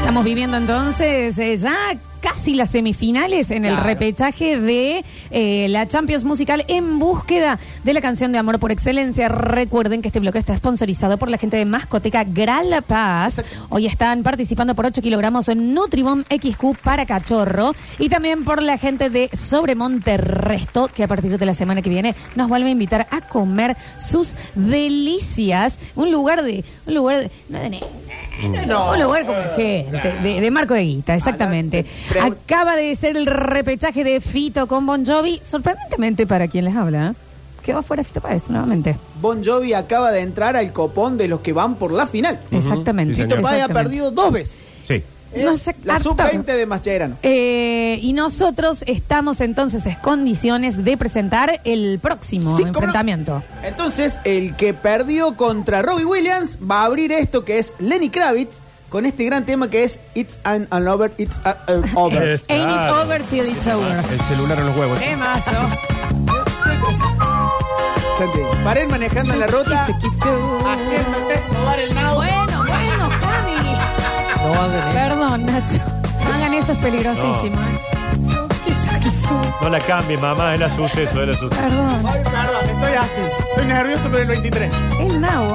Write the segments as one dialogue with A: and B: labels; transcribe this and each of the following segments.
A: Estamos viviendo entonces eh, ya casi las semifinales en el
B: Claro.
A: repechaje de eh, la Champions Musical en búsqueda de la canción de amor por excelencia. Recuerden que este bloque está sponsorizado por la gente de Mascoteca Gran Paz. Hoy están participando por 8 kilogramos en Nutribom XQ para cachorro y también por la gente de Sobremonte Resto que a partir de la semana que viene nos vuelve a invitar a comer sus delicias. Un lugar de... Un lugar de... No de ne-
B: No.
A: un lugar como gente, de, de Marco de Guita, exactamente.
B: Pero-
A: Acaba de ser el repechaje de Fito con Bon Jovi, sorprendentemente para quien les habla. ¿eh? Quedó fuera Fito Páez nuevamente.
B: Bon Jovi acaba de entrar al copón de los que van por la final.
A: Exactamente.
C: sí,
B: Fito
C: señor.
B: Páez ha
A: Exactamente.
B: perdido dos veces. ¿eh?
C: Sí.
A: No sé,
B: la
A: harto.
B: sub-20 de Mascherano.
A: Eh, y nosotros estamos entonces en condiciones de presentar el próximo
B: Sí, cómo no.
A: enfrentamiento.
B: Entonces, el que perdió contra Robbie Williams va a abrir esto que es Lenny Kravitz con este gran tema que es It's an, an over, it's a- a- over.
C: Es-
A: Ain't it
C: Claro.
A: over till it's over.
C: El celular en los huevos.
A: Temazo.
B: Gente, Paren manejando en la ruta, haciéndote sobar el nabo.
A: Bueno, bueno, Cami.
D: No hagan eso.
A: Perdón, Nacho. No hagan eso, es peligrosísimo. ¿eh? Quiso, quiso.
C: No la cambie, mamá, era suceso, era suceso.
A: Perdón.
B: Ay, perdón, estoy así. Estoy nervioso por el 23.
A: El nabo.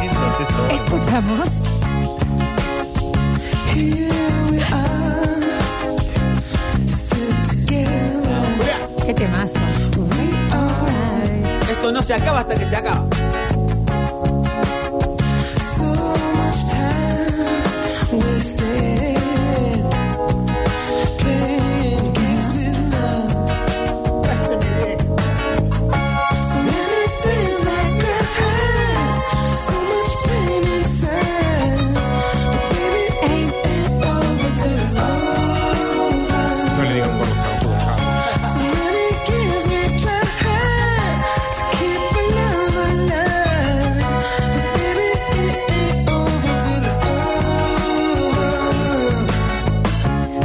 A: Bueno, escuchamos.
B: Julián,
A: Qué temazo.
B: esto no se acaba hasta que se acaba.
C: No le digan por los autos.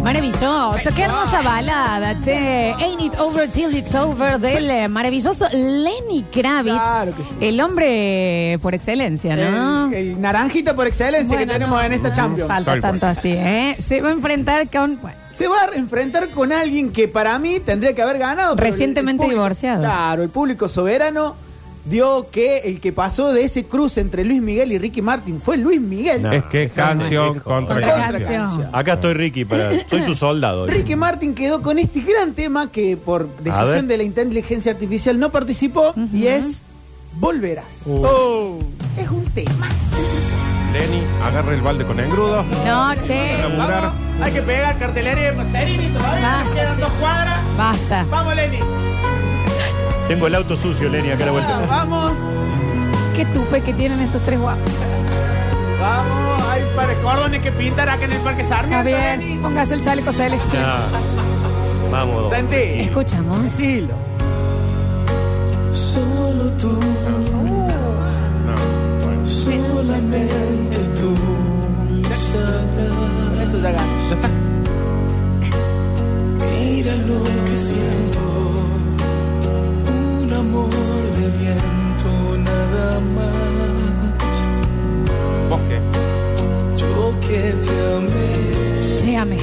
A: Maravilloso. Qué hermosa balada, che. Ain't it over till it's over del eh, maravilloso Lenny Kravitz.
B: Claro que sí.
A: El hombre por excelencia, Ah, ¿no?
B: El, el naranjita por excelencia
A: Bueno,
B: que tenemos
A: no, Ah,
B: en esta
A: no
B: Champions.
A: Falta
C: Tal cual.
A: tanto así, ¿eh? Se va a enfrentar con. bueno,
B: Se va a enfrentar con alguien que para mí tendría que haber ganado. pero el- el
A: Recientemente
B: público-
A: divorciado.
B: Claro, el público soberano dio que el que pasó de ese cruce entre Luis Miguel y Ricky Martin fue Luis Miguel.
C: Es que canción contra
A: Contra
C: canción.
A: canción.
C: Acá estoy Ricky, para, soy tu soldado.
B: Ricky Martin quedó con este gran tema que por decisión
C: ver.
B: de la inteligencia artificial no participó y es Volverás.
C: Oh.
B: Es un tema.
C: Lenny, agarra el balde con engrudo.
A: No, che.
C: Laburar.
B: hay que pegar cartelería de Maserini todavía.
A: Ah,
B: nos quedan
A: sí.
B: dos cuadras.
A: Basta.
B: Vamos, Lenny.
C: Tengo el auto sucio, Lenny, acá a la
B: Ah,
C: vuelta.
B: Vamos,
A: Qué tupe que tienen estos tres guapos.
B: vamos. Hay un par de cordones que pintar acá en el Parque
A: Está
B: Sarmiento,
A: bien.
B: Lenny.
A: Póngase el chaleco celeste.
C: Ya. Vamos. dos.
B: Santi.
A: Escuchamos.
B: Decilo.
E: Solo tú,
C: No. Bueno.
E: solamente tú sabrás.
B: Eso ya ganó.
E: Mira lo que siento, un amor de viento nada más.
C: ¿Vos qué?
E: Yo que te amé,
A: Lléame.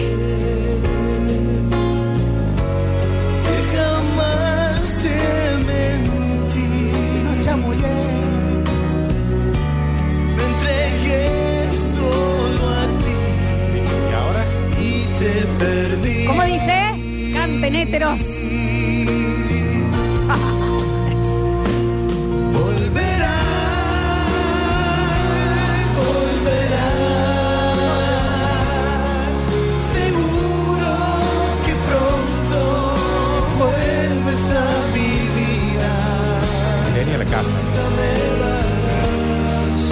E: que jamás te mentí. Me entregué solo a ti
C: ¿Y ahora?
E: y te perdí.
A: ¿Cómo dice? Canten héteros.
E: Volverás, volverás, seguro que pronto vuelves a mi vida.
C: Lenny a la casa.
E: Me darás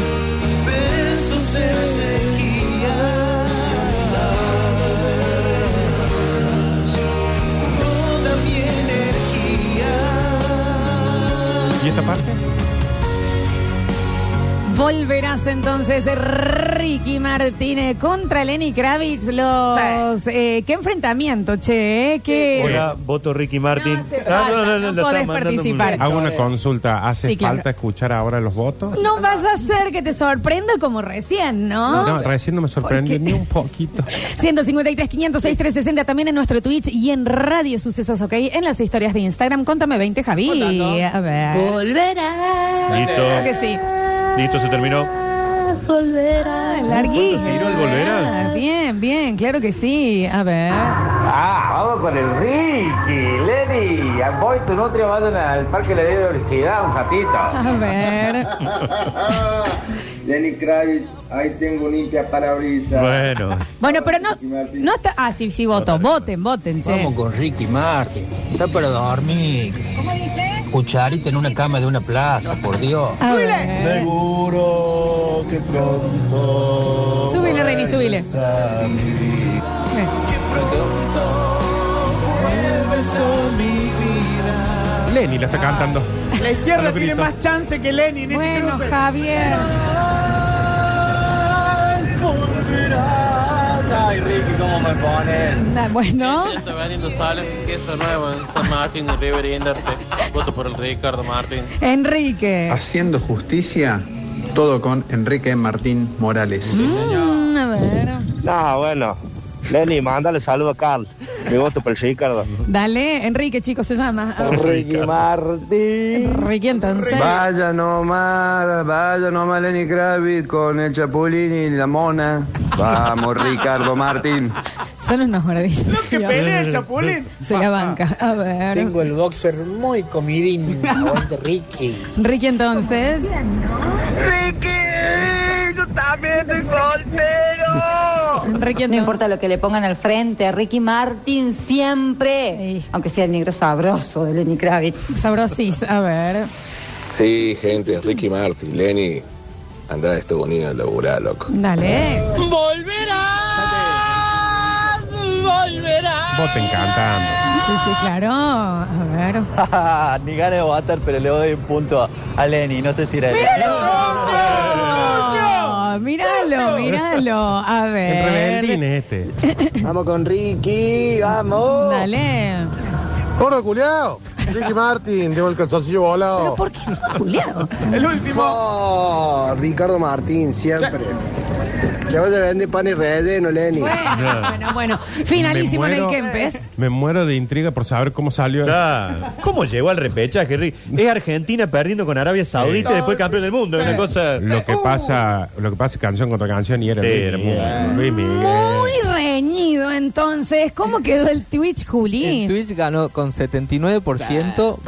E: besos en sequía, toda mi energía.
C: ¿Y esta parte?
A: Volverás entonces. Ricky Martínez contra Lenny Kravitz. Los. eh, ¿Qué enfrentamiento, che? eh, ¿Qué.
D: Hola, voto Ricky Martin.
A: No hace
C: Ah,
A: falta, no
D: la
A: podés
D: está mandando
A: participar.
D: un-
C: Hago una consulta. ¿Hace
A: eh, Sí, claro.
C: falta escuchar ahora los votos?
A: No vaya a ser que te sorprenda como recién, ¿no?
C: No, recién no me sorprendió
A: ¿Por
C: ni un poquito.
A: 153, 506, 360 también en nuestro Twitch y en Radio Sucesos, ¿ok? En las historias de Instagram. Contame 20, Javi.
B: Contando.
A: A ver. Volverá.
D: Listo.
A: Creo que sí.
D: Listo, se terminó.
A: Volverá. Larguí.
D: Tiró el volverá.
A: Ah, Bien, bien, claro que sí. A ver.
F: Ah, vamos con el Ricky, Lenny. Voy tu nutria, vayan al parque de la diversidad un ratito.
A: A ver.
G: Lenny Kravitz, ahí tengo un limpia parabrisas.
D: Bueno.
A: Bueno, pero no, no está. Ah, sí, sí, voto. Voten, voten, che.
H: Vamos con Ricky Martin. Está para dormir.
I: ¿Cómo dice?
H: Cucharita en una cama de una plaza, por Dios.
A: A ver.
G: Seguro que pronto.
A: Súbile, Reni, súbile.
C: Lenny la está cantando.
B: La izquierda
C: Hola,
B: tiene
C: Perito.
B: más chance que Lenny en este
A: Bueno,
B: cruce.
A: Javier.
H: Ay, Ricky, ¿cómo me ponen?
A: Da- Ah, Bueno.
I: Está vendiendo sales, queso nuevo en San Martín de River y Enderte. Voto por el Ricardo Martín.
A: Enrique.
J: Haciendo justicia, todo con Enrique Martín Morales.
A: Mm, a ver.
H: No, bueno. Lenny, mándale saludo a Carl. Mi voto para el Ricardo.
A: Dale, Enrique, chico, se llama. A ver.
H: Ricky Martin.
A: Enrique, entonces.
H: Vaya nomás, vaya nomás Lenny Kravitz con el Chapulín y la Mona. Vamos, Ricardo Martín.
A: Son unos gordillos.
B: Lo que pelea
C: Eh,
B: el chapulín.
A: Se la banca. A ver. Tengo el boxer muy comidín. Ricky. Ricky, entonces.
E: Ricky, yo también estoy soltero.
A: Ricky,
K: No
A: entonces.
K: importa lo que le pongan al frente, a Ricky Martin siempre,
A: Sí.
K: aunque sea el negro sabroso de Lenny Kravitz.
A: Sabrosis, a ver.
J: Sí, gente, Ricky Martin, Lenny. Andá a Estados Unidos a laburar, loco.
A: Dale.
I: ¡Volverás! ¡Volverás!
C: Voten cantando.
A: Sí, sí, claro. A ver.
H: Ni ganas de votar, pero le doy un punto a Lenny. No sé si era él.
A: No, Oh, míralo, míralo. A
C: El rebeldín
A: ver.
C: es este.
H: Vamos con Ricky, vamos.
A: Dale.
J: ¡Gordo culiao! Ricky Martin, llevo el calzoncillo volado.
A: ¿Pero por qué no culiado?
B: El último.
J: Oh, Ricardo Martín, siempre. Le voy a vender pan y relleno, Lenny.
A: Bueno, bueno, bueno. Finalísimo
C: Me
A: en el
C: muero.
A: Kempes.
C: Me muero de intriga por saber cómo salió.
D: Ya. ¿Cómo llegó al repechaje, Ricky? Es Argentina perdiendo con Arabia Saudita y después campeón del mundo. Una cosa.
C: Lo que
B: Uh.
C: pasa, lo que pasa es canción contra canción y era,
D: Sí,
C: Luis Miguel.
D: era
C: Luis Miguel.
A: Muy reñido, entonces. ¿Cómo quedó el Twitch, Juli?
H: Twitch ganó con 79%.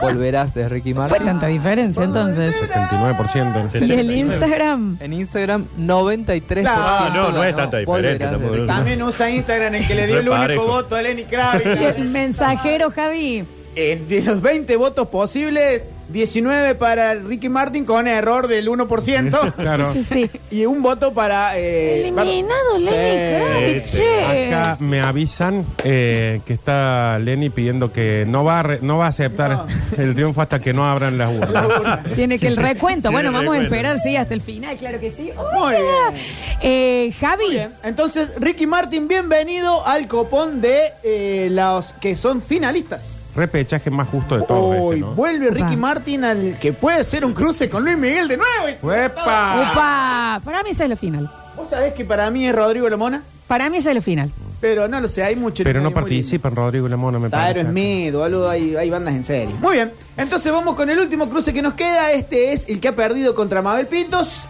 H: Volverás de Ricky
A: ¿Fue tanta diferencia entonces?
C: 79%.
A: ¿Y el Instagram?
H: En Instagram, 93%.
D: Ah, no, no es tanta diferencia tampoco.
B: También usa Instagram el que le dio el único
D: Reparejo.
B: voto a Lenny
A: ¿Y el
B: Kravitz.
A: mensajero, Javi?
B: En- de los 20 votos posibles, 19 para Ricky Martin con error del 1%.
C: Claro.
A: Sí, sí.
B: Y un voto para. eh,
A: Eliminado Lenny Kravitz,
D: sí.
A: che.
C: Acá me avisan eh, que está Lenny pidiendo que no va a, re- no va a aceptar el triunfo hasta que no abran las urnas.
A: Tiene que el recuento.
D: Tiene
A: Bueno,
D: el
A: vamos a
D: recuento.
A: esperar, sí, hasta el final, claro que sí.
B: Muy
A: Hola.
B: bien.
A: Eh, Javi,
B: Muy bien. Entonces, Ricky Martin, bienvenido al copón de eh, los que son finalistas.
C: Repechaje más justo de todo.
B: Hoy
C: este, ¿no?
B: vuelve Ricky
A: Upa.
B: Martin al que puede ser un cruce con Luis Miguel de nuevo. Y-
C: ¡Uepa!
A: upa, para mí ese es lo final.
B: Vos sabés que para mí es Rodrigo Lomona,
A: Para mí ese es lo final.
B: pero no lo sé, hay mucho.
C: Pero no
B: hay muy lindo.
C: participan Rodrigo y la Mona, me
B: Está
C: parece.
B: Aerosmith, boludo, hay, hay bandas en serio. Muy bien, entonces vamos con el último cruce que nos queda. Este es el que ha perdido contra Mabel Pintos,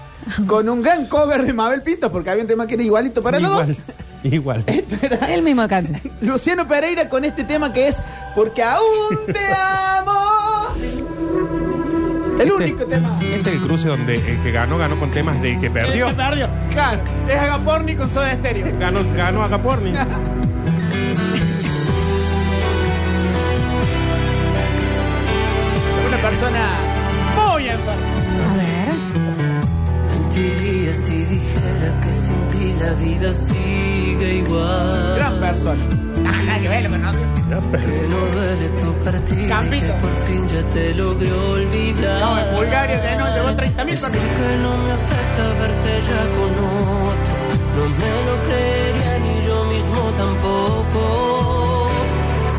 B: con un gran cover de Mabel Pintos, porque había un tema que era igualito para los dos.
C: Igual. Igual.
A: El mismo alcance.
B: Luciano Pereira con este tema que es Porque aún te amo. El único tema.
C: Este es el cruce donde el que ganó, ganó con temas del que perdió.
B: Claro, es Agaporni con Soda Stereo.
C: Ganó, ganó Agaporni.
B: Una persona muy enferma.
A: A ver.
E: Mentiría si dijera que sin ti la vida sigue igual.
B: Gran persona. Ah, Nada que ver, lo conoce.
E: Que no duele tu partida y
B: Campito.
E: que por fin ya te logré olvidar.
B: No, en Bulgaria llenó, llevó 30.000
E: Sé
B: personas.
E: que no me afecta verte ya con otro. No me lo creería ni yo mismo tampoco.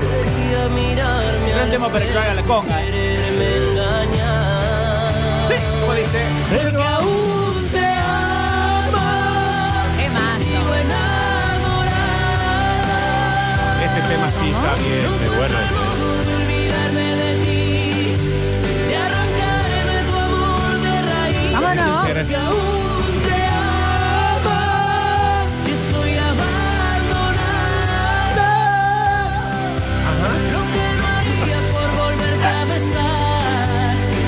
E: Sería mirarme
B: Gran
E: al
B: tema para que lo haga la conga, eh.
E: quererme engañar.
B: Sí, como dice.
E: Porque aún te amo. Sigo enamorada.
C: Este tema sí está bien.
D: Muy bueno.
E: Olvidarme de ti, de arrancarme tu amor de raíz.
A: Vámonos.
E: Que aún te amo, y estoy abandonada. Lo que no haría por volverte a besar,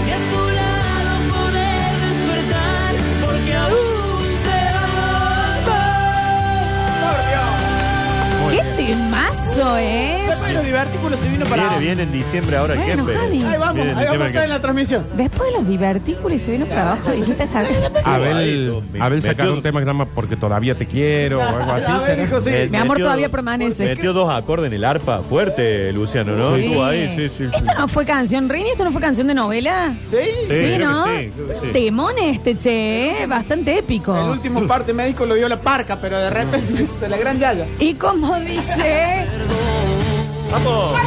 E: y a tu lado poder despertar, porque aún te
A: ¡Qué temazo, eh!
B: Después de los divertículos se vino para.
D: Viene, viene en diciembre ahora el
A: Bueno,
D: Kempe.
A: Javi.
B: Ahí vamos,
D: Viene
B: ahí
D: en
B: vamos a
D: diciembre el
B: estar en la transmisión.
A: Después de los divertículos se vino para abajo, dijiste Javi.
C: Abel,
D: Me-
C: Abel sacar
D: metió-
C: un tema que se llama Porque todavía te quiero o
L: Oh,
C: algo así.
B: A ver, hijo, sí.
D: Me-
A: Mi amor
D: Metió-
A: todavía permanece.
D: Metió dos acordes en el arpa. Fuerte, Luciano, ¿no?
A: Sí.
D: Estuvo ahí, sí, sí. sí.
A: Esto no fue canción, Rini, esto no fue canción de novela.
B: Sí.
D: Sí, creo que
A: ¿no?
D: sí, creo que sí.
A: Temón este, che, bastante épico.
B: El último parte médico lo dio la parca, pero de repente se la gran yaya.
A: Y como dice,
D: ¡Vamos!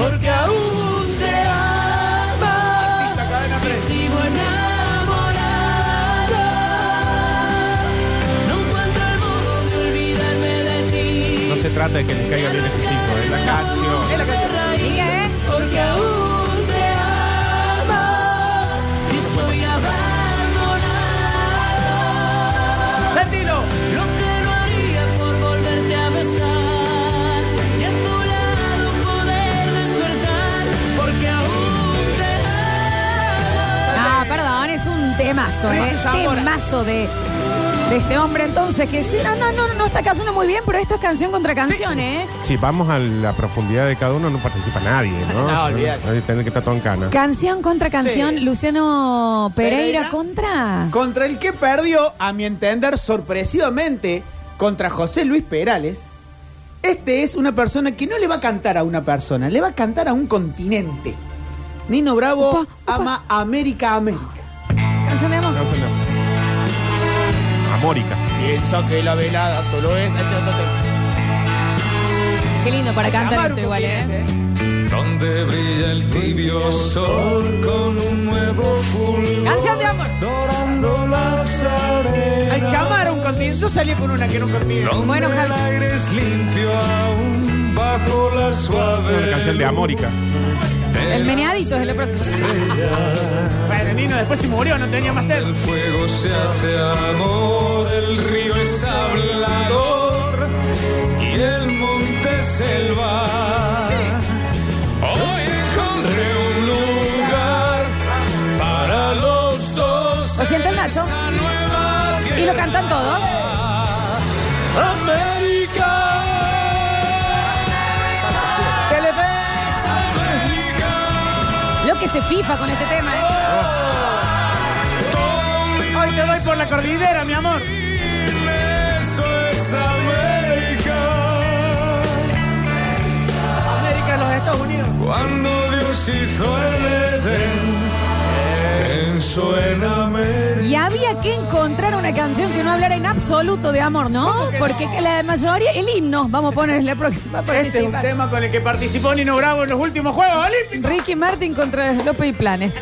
E: Porque aún te amo
B: La cadena
E: y
B: presa.
E: sigo enamorada. No encuentro el modo de olvidarme de ti.
C: No se trata de que le caiga bien este chico, es la canción.
B: Es la canción.
A: Diga, ¿eh?
E: Porque aún te amo y estoy abandonada.
B: ¡Sentilo!
E: Lo que no haría por volverte a besar y a tu lado poder despertar, porque aún te amo.
A: Ah, perdón, es un temazo, ¿eh?
B: Temazo, Zamora.
A: Temazo de, de este hombre entonces que sí, no, no, no, no está acá suena muy bien, pero esto es canción contra canción, ¿eh?
C: Si vamos a la profundidad de cada uno, no participa nadie, ¿no?
B: No, olvídate.
C: Ahí tiene que estar todo en cana.
A: Canción contra canción,
B: Sí.
A: Luciano Pereira,
B: Pereira.
A: contra...
B: Contra el que perdió, a mi entender, sorpresivamente, contra José Luis Perales. Este es una persona que no le va a cantar a una persona, le va a cantar a un continente. Nino Bravo
A: Upa, upa.
B: ama América América.
A: Canción de amor.
C: No, eso no. Amórica.
B: Piensa que la velada solo es. Ese otro tema.
A: Qué lindo para
B: Amar
A: cantar
B: un
A: esto igual, ¿eh?
B: continente,
L: Donde brilla el tibio sol con un nuevo fulgor.
A: Canción de amor.
L: Dorando las arenas.
B: Hay que amar a un continente. Yo salí con una que era un continente.
L: Donde
A: Bueno, Javi.
L: el aire es limpio aún bajo la suave.
C: Una canción de Amórica.
B: ¿eh?
A: El meneadito es el próximo.
B: Bueno, Nino después se murió, no tenía más tema.
L: El fuego se hace amor, el río es hablador y el monte es selva. Hoy encontré un lugar para los dos.
A: Lo siente el
L: en
A: Nacho.
L: esa nueva
A: ¿Y lo cantan
L: tierra.
A: todos?
L: América.
B: Telefe.
A: Lo que se fifa con este tema, ¿eh?
B: Hoy te doy por la cordillera, mi amor.
L: Eso es América.
B: América, los Estados Unidos.
L: Cuando Dios hizo el Edén, pensó en América.
A: Y había que encontrar una canción que no hablara en absoluto de amor, ¿no? Porque que la mayoría, el himno, vamos a poner la próxima.
B: Este es un tema con el que participó Nino Bravo en los últimos Juegos Olímpicos.
A: Ricky Martin contra López y Planes.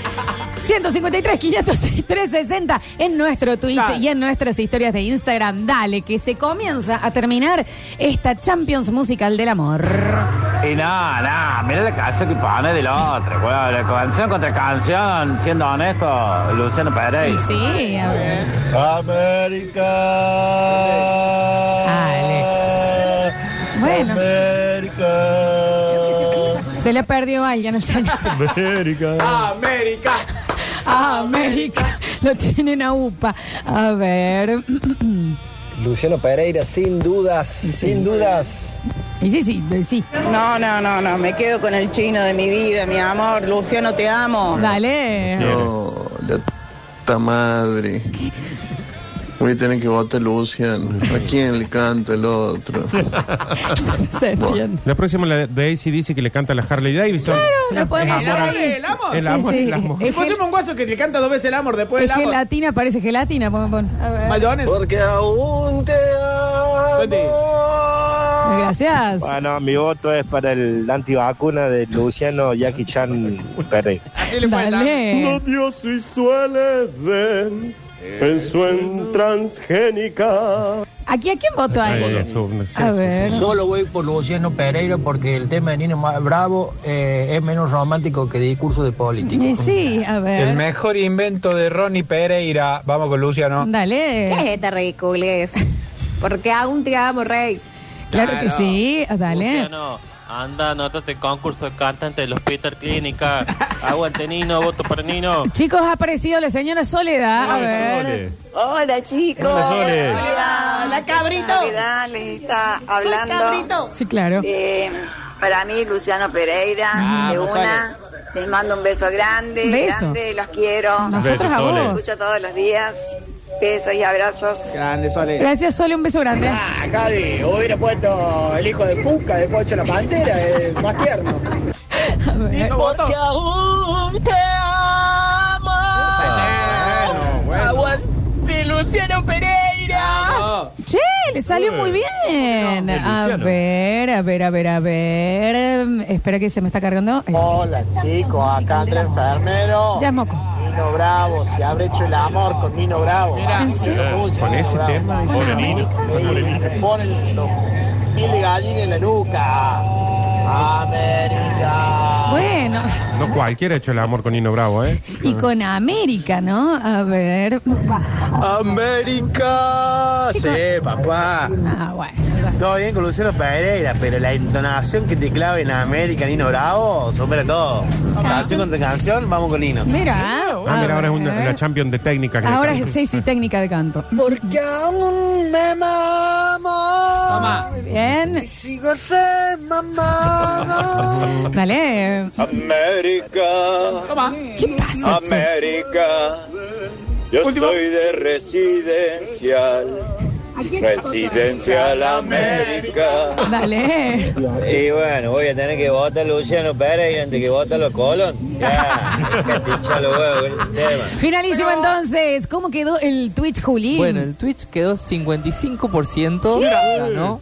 A: 153, 506, 360 en nuestro Twitch
B: Dale.
A: y en nuestras historias de Instagram. Dale, que se comienza a terminar esta Champions Musical del Amor.
F: Y no, no, mira la casa que pone del otro, weón. la Canción contra canción, siendo honesto, Luciano
A: Y
F: Pérez.
A: sí, a ver. Ah,
L: América.
A: Bueno,
L: América.
A: se le perdió a alguien el señor.
D: América.
B: América.
A: Ah, América, lo tienen a UPA. A ver.
J: Luciano Pereira, sin dudas, sin dudas.
A: Y sí, sí, sí.
K: No, no, no, no, me quedo con el chino de mi vida, mi amor. Luciano, te amo.
A: Dale.
M: No, la puta madre. Voy a tener que votar Lucian. ¿A quién le canta el otro?
A: Se entiende.
C: La próxima la de ACDC que le canta la Harley Davidson.
A: Claro, lo podemos
C: El
A: hacer
C: amor,
A: ahí.
B: ¿El amor?
C: El amor,
A: Sí, sí.
C: el amor.
A: Es
B: Y pusimos un guaso que le canta dos veces el amor después
A: Es
B: del amor.
A: gelatina, parece gelatina. Pon, pon. A ver.
B: Porque aún te
A: Gracias.
N: Bueno, mi voto es para el antivacuna de Luciano Jackie Chan Pérez.
A: Dale.
O: Dios y suele ver, pensó en transgénica.
A: ¿Aquí a quién votó ahí? A ver.
P: Solo voy por Luciano Pereira porque el tema de Nino Ma- Bravo eh, es menos romántico que discurso de político.
A: Y sí, a ver.
P: mejor invento de Ronnie Pereira. Vamos con Luciano.
A: Dale.
Q: ¿Qué es ridiculez? Porque aún te amo, rey.
A: Claro, que sí, Ah, dale.
I: Luciano, anda, anótate el concurso de cantante del Hospital Clínica. Aguante Nino, voto para Nino.
A: Chicos, ha aparecido la señora Soledad. A ver.
R: Hola chicos.
I: Hola, Sole.
R: Hola cabrito. les está hablando.
A: Sí, claro.
R: Eh, para mí Luciano Pereira
I: Ah,
R: de
A: Vamos,
R: una. Les mando un beso grande.
A: Beso.
R: Grande, los quiero.
A: Nosotros Beso, a vos. Sole.
R: Los escucho todos los días. Besos y abrazos.
B: Grande Sole.
A: Gracias, Sole, un beso grande.
J: Javi, hubiera puesto el hijo de Cuca, de Pocho la Pantera, el eh, más tierno.
E: Porque aún te amo. Aguante Luciano Pereira.
A: Che, le salió muy bien. A ver, a ver, a ver, a ver. Eh, Espera que se me está cargando.
J: Hola chicos, acá Andrés Enfermero.
A: Ya es moco.
J: Nino Bravo, se habrá hecho el amor con Nino Bravo.
A: ¿En serio?
C: Con ese tema. dice.
J: Me ponen los pies de gallina en la nuca. América.
A: Bueno,
C: No cualquiera ha hecho el amor con Nino Bravo, ¿eh?
A: y con América, ¿no? A ver.
J: América.
A: Chicos.
J: Sí, papá.
A: Ah, bueno.
J: Todo bien con Luciano Pereira, pero la entonación que te clave en América, Nino Bravo, supera todo. Canción contra canción, vamos con Nino.
A: Mira.
C: Ah, mira,
A: a
C: ahora es
A: ver.
C: una, la champion de técnica. que le
A: Ahora
C: canta.
A: es, sí, sí, técnica de canto.
J: Porque aún me mama.
A: Muy bien.
J: Y sigo re mamada.
A: Dale.
S: América,
A: ¿Qué pasa? che?
S: América, yo soy de residencial, residencial América.
A: Dale.
N: Y bueno, voy a tener que votar Luciano Pérez antes que votar los Colón. Ya, que te hincha los huevos con ese tema.
A: Finalísimo entonces. ¿Cómo quedó el Twitch, Juli?
T: Bueno, el Twitch quedó 55%.
A: Mira.
T: Ganó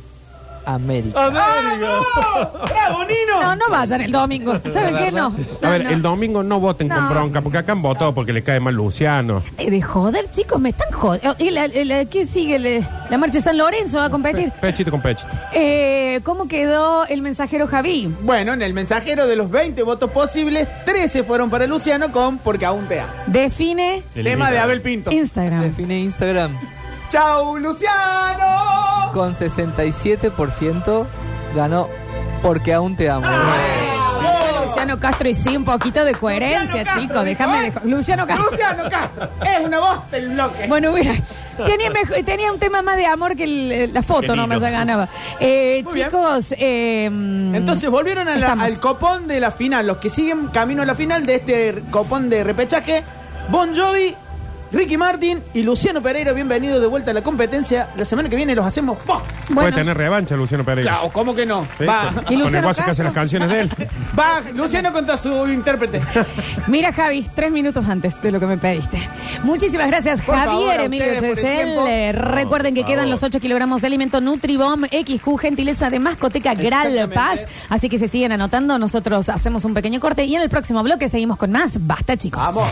T: América.
A: ¡Bravo, Nino! No, no vayan el domingo. ¿Saben qué? No.
C: A ver,
A: no.
C: el domingo no voten
A: No.
C: con bronca, porque acá han votado porque le cae mal Luciano.
A: Eh, De joder, chicos, me están Oh, jodiendo. ¿Qué sigue? La, la marcha de San Lorenzo va a competir.
C: Pechito con pechito.
A: Eh, ¿Cómo quedó el mensajero Javi?
B: Bueno, en el mensajero de los 20 votos posibles, 13 fueron para Luciano con Porque aún te amo.
A: Define.
B: Tema de Abel Pinto.
A: Instagram.
T: Define Instagram.
B: ¡Chao, Luciano!
T: Con 67% ganó Porque aún te amo.
A: Dice Ah, Luciano Castro y sí, un poquito de coherencia, chicos. Déjame de... Luciano Castro.
B: Luciano Castro. Es una voz del bloque.
A: Bueno, mira, tenía, mejo- tenía un tema más de amor que el- eh, la foto,
B: Qué
A: no me
B: lindo.
A: ya ganaba. Eh,
B: Muy bien.
A: chicos, eh,
B: Entonces volvieron a la-
A: estamos.
B: al copón de la final. Los que siguen camino a la final de este copón de repechaje, Bon Jovi, Ricky Martin y Luciano Pereira, bienvenidos de vuelta a la competencia. La semana que viene los hacemos. ¡pop!
C: Puede tener revancha Luciano Pérez.
B: Claro, ¿cómo que no? Va.
C: Con el guaso que hace las canciones de él.
B: Va Luciano contra su intérprete.
A: Mira, Javi, tres minutos antes de lo que me pediste. Muchísimas gracias,
B: Por favor,
A: Javier
B: a
A: Emilio
B: ustedes por el
A: Chesel.
B: tiempo.
A: Eh, Recuerden que
B: Por favor.
A: quedan los 8 kilogramos de alimento Nutribom XQ, gentileza de mascoteca Gral
B: Exactamente.
A: Paz. Así que se siguen anotando. Nosotros hacemos un pequeño corte y en el próximo bloque seguimos con más. Basta, chicos.
B: Vamos.